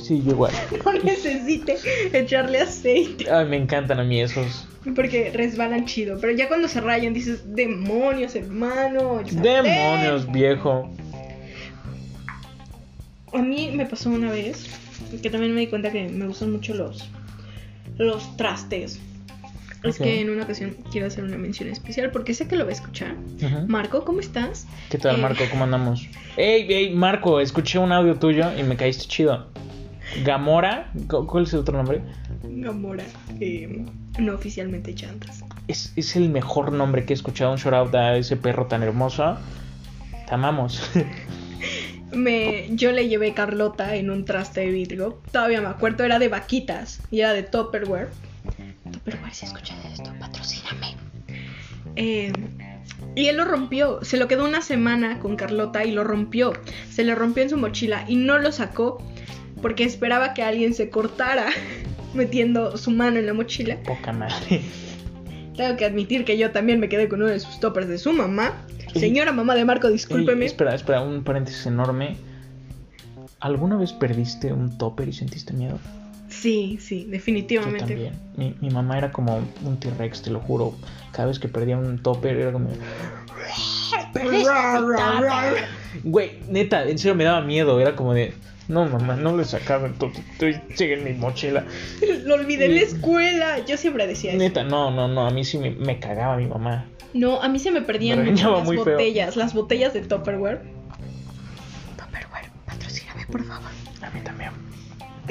[SPEAKER 1] Sí, yo igual.
[SPEAKER 2] no necesite echarle aceite.
[SPEAKER 1] Ay, me encantan a mí esos.
[SPEAKER 2] Porque resbalan chido. Pero ya cuando se rayan dices, demonios, hermano. el sartén".
[SPEAKER 1] Demonios, viejo.
[SPEAKER 2] A mí me pasó una vez que también me di cuenta que me gustan mucho los, los trastes. Es
[SPEAKER 1] Ok.
[SPEAKER 2] que en una ocasión quiero hacer una mención especial porque sé que lo va a escuchar.
[SPEAKER 1] Ujú.
[SPEAKER 2] Marco, ¿cómo estás?
[SPEAKER 1] ¿Qué tal,
[SPEAKER 2] Eh.
[SPEAKER 1] Marco? ¿Cómo andamos? Ey, ey, Marco, escuché un audio tuyo y me caíste chido. Gamora, ¿cu- ¿cuál es el otro nombre?
[SPEAKER 2] Gamora, eh, no oficialmente llantas.
[SPEAKER 1] Es, es el mejor nombre que he escuchado. Un shout out a ese perro tan hermoso. Te amamos.
[SPEAKER 2] Me, yo le llevé Carlota en un traste de vidrio. Todavía me acuerdo, era de vaquitas y era de Tupperware. Tupperware, si escuchas esto, patrocíname. Eh, y él lo rompió. Se lo quedó una semana con Carlota y lo rompió. Se le rompió en su mochila y no lo sacó porque esperaba que alguien se cortara metiendo su mano en la mochila.
[SPEAKER 1] Poca madre.
[SPEAKER 2] Tengo que admitir que yo también me quedé con uno de sus toppers de su mamá.
[SPEAKER 1] Ey.
[SPEAKER 2] Señora mamá de Marco,
[SPEAKER 1] Ey,
[SPEAKER 2] discúlpeme.
[SPEAKER 1] espera, espera, un paréntesis enorme. ¿Alguna vez perdiste un topper y sentiste miedo?
[SPEAKER 2] Sí, sí,
[SPEAKER 1] Yo
[SPEAKER 2] definitivamente.
[SPEAKER 1] también. Mi, mi mamá era como un T-Rex, te lo juro. Cada vez que perdía un topper era como. Güey, neta, en serio me daba miedo. Era como de. No, mamá, no le sacaba el topper. estoy- Sigue en mi mochila.
[SPEAKER 2] Lo olvidé en la escuela. Yo siempre decía eso.
[SPEAKER 1] Neta, no, no, no. A mí sí me, me cagaba mi mamá.
[SPEAKER 2] No, a mí se me
[SPEAKER 1] Me
[SPEAKER 2] perdían
[SPEAKER 1] regañaba
[SPEAKER 2] las
[SPEAKER 1] muy feo.
[SPEAKER 2] botellas, las botellas de Tupperware. Tupperware, patrocíname, por favor.
[SPEAKER 1] A mí también.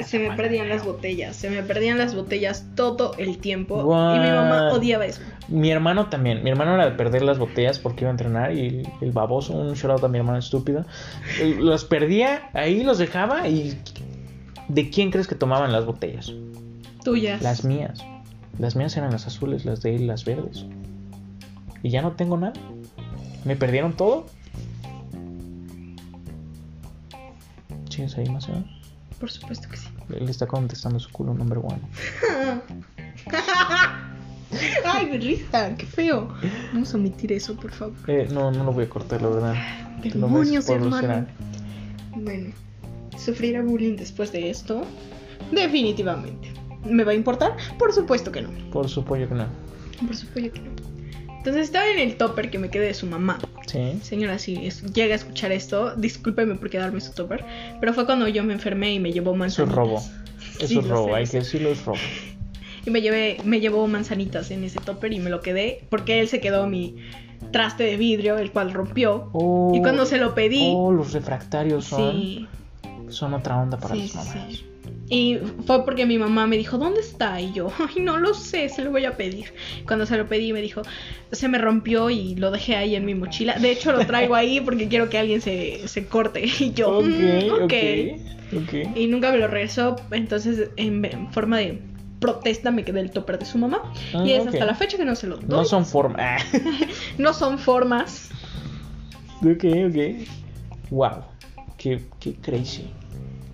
[SPEAKER 2] Se me perdían las botellas, se me perdían las botellas todo el tiempo.
[SPEAKER 1] What?
[SPEAKER 2] Y mi mamá odiaba eso.
[SPEAKER 1] Mi hermano también. Mi hermano era de perder las botellas porque iba a entrenar y el, el baboso, un shout out a mi hermano estúpido, eh, los perdía, ahí los dejaba y... ¿De quién crees que tomaban las botellas?
[SPEAKER 2] Tuyas.
[SPEAKER 1] Las mías. Las mías eran las azules, las de él las verdes. Y ya no tengo nada. ¿Me perdieron todo? ¿Sigues ahí, más
[SPEAKER 2] Por supuesto que sí.
[SPEAKER 1] Él está contestando su culo number one.
[SPEAKER 2] Ay, me risa, qué feo. Vamos a omitir eso, por favor.
[SPEAKER 1] Eh, no, no lo voy a cortar, la verdad. Te lo
[SPEAKER 2] Demonios,
[SPEAKER 1] ves por
[SPEAKER 2] hermano.
[SPEAKER 1] grosera.
[SPEAKER 2] Bueno, ¿sufrir a bullying después de esto? Definitivamente. ¿Me va a importar? Por supuesto que no.
[SPEAKER 1] Por supuesto que no.
[SPEAKER 2] Por supuesto que no. Entonces estaba en el topper que me quedé de su mamá.
[SPEAKER 1] Sí.
[SPEAKER 2] Señora, si es- llega a escuchar esto, discúlpeme por quedarme su topper. Pero fue cuando yo me enfermé y me llevó
[SPEAKER 1] Eso es
[SPEAKER 2] manzanitas.
[SPEAKER 1] robo. Eso
[SPEAKER 2] Sí,
[SPEAKER 1] es
[SPEAKER 2] lo
[SPEAKER 1] robo,
[SPEAKER 2] sé,
[SPEAKER 1] hay
[SPEAKER 2] lo
[SPEAKER 1] que decirlo, es robo.
[SPEAKER 2] Y me, llevé, me llevó manzanitas en ese topper y me lo quedé porque él se quedó mi traste de vidrio, el cual rompió.
[SPEAKER 1] Oh,
[SPEAKER 2] Y cuando se lo pedí...
[SPEAKER 1] Oh, los refractarios son,
[SPEAKER 2] sí.
[SPEAKER 1] son otra onda para
[SPEAKER 2] Sí,
[SPEAKER 1] las
[SPEAKER 2] sí,
[SPEAKER 1] mamás.
[SPEAKER 2] sí. Y fue porque mi mamá me dijo, ¿dónde está? Y yo, ay, no lo sé, se lo voy a pedir. Cuando se lo pedí, me dijo, se me rompió y lo dejé ahí en mi mochila. De hecho, lo traigo ahí porque quiero que alguien se, se corte. Y yo,
[SPEAKER 1] Ok,
[SPEAKER 2] "Mm,
[SPEAKER 1] ok,
[SPEAKER 2] ok.
[SPEAKER 1] ok.
[SPEAKER 2] Y nunca me lo regresó. Entonces, en, en forma de protesta, me quedé el topper de su mamá.
[SPEAKER 1] Ah,
[SPEAKER 2] y es
[SPEAKER 1] ok.
[SPEAKER 2] hasta la fecha que no se lo doy.
[SPEAKER 1] No son formas.
[SPEAKER 2] No son formas.
[SPEAKER 1] ok, ok. Wow. Qué, qué crazy.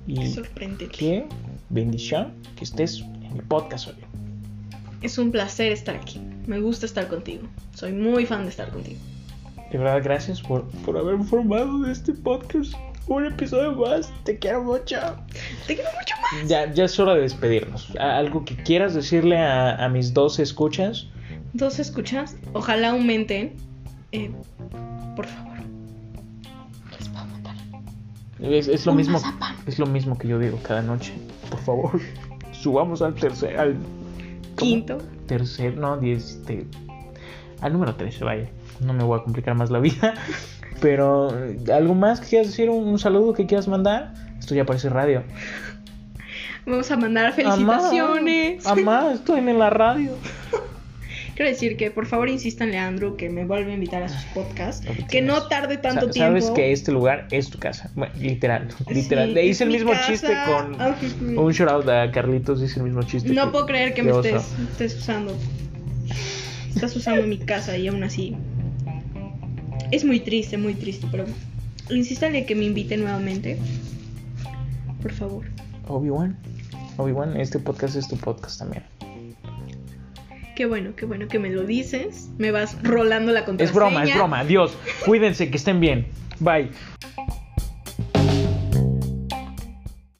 [SPEAKER 2] Es
[SPEAKER 1] Y
[SPEAKER 2] sorprendente.
[SPEAKER 1] qué bendición que estés en mi podcast hoy.
[SPEAKER 2] Es un placer estar aquí. Me gusta estar contigo. Soy muy fan de estar contigo.
[SPEAKER 1] De verdad, gracias por, por haberme formado de este podcast. Un episodio más. Te quiero mucho.
[SPEAKER 2] Te quiero mucho más.
[SPEAKER 1] Ya, ya es hora de despedirnos. ¿A- ¿Algo que quieras decirle a, a mis 12 escuchas?
[SPEAKER 2] Dos escuchas, ojalá aumenten. Eh, por favor. Les puedo mandar.
[SPEAKER 1] Es, es lo
[SPEAKER 2] Un
[SPEAKER 1] mismo,
[SPEAKER 2] mazapán.
[SPEAKER 1] es lo mismo que yo digo cada noche. Por favor, subamos al tercer, al ¿cómo?
[SPEAKER 2] Quinto.
[SPEAKER 1] tercer, no, diez, este, al número 13, vaya. No me voy a complicar más la vida. Pero, eh, ¿algo más que quieras decir? ¿Un, un saludo que quieras mandar? Esto ya parece radio.
[SPEAKER 2] Vamos a mandar felicitaciones.
[SPEAKER 1] Amá, amá, estoy en la radio. Ah.
[SPEAKER 2] Quiero decir que por favor insístanle a Andrew que me vuelva a invitar a sus podcasts.
[SPEAKER 1] Lo que
[SPEAKER 2] Que
[SPEAKER 1] tienes.
[SPEAKER 2] no tarde tanto
[SPEAKER 1] Sa-
[SPEAKER 2] tiempo.
[SPEAKER 1] Sabes que este lugar es tu casa. Bueno, literal, literal.
[SPEAKER 2] Sí,
[SPEAKER 1] Le hice
[SPEAKER 2] es
[SPEAKER 1] el
[SPEAKER 2] mi
[SPEAKER 1] mismo
[SPEAKER 2] casa.
[SPEAKER 1] chiste con...
[SPEAKER 2] Ah, sí, sí.
[SPEAKER 1] Un shout out a Carlitos dice el mismo chiste.
[SPEAKER 2] No puedo creer que me
[SPEAKER 1] Este, oso.
[SPEAKER 2] estés, me estés usando. Estás usando mi casa y aún así. Es muy triste, muy triste, pero insístanle que me invite nuevamente. Por favor.
[SPEAKER 1] Obi-Wan. Obi-Wan, este podcast es tu podcast también.
[SPEAKER 2] Qué bueno, qué bueno que me lo dices. Me vas rolando la
[SPEAKER 1] Es
[SPEAKER 2] contraseña.
[SPEAKER 1] broma, es broma. Adiós. Cuídense, que estén bien. Bye.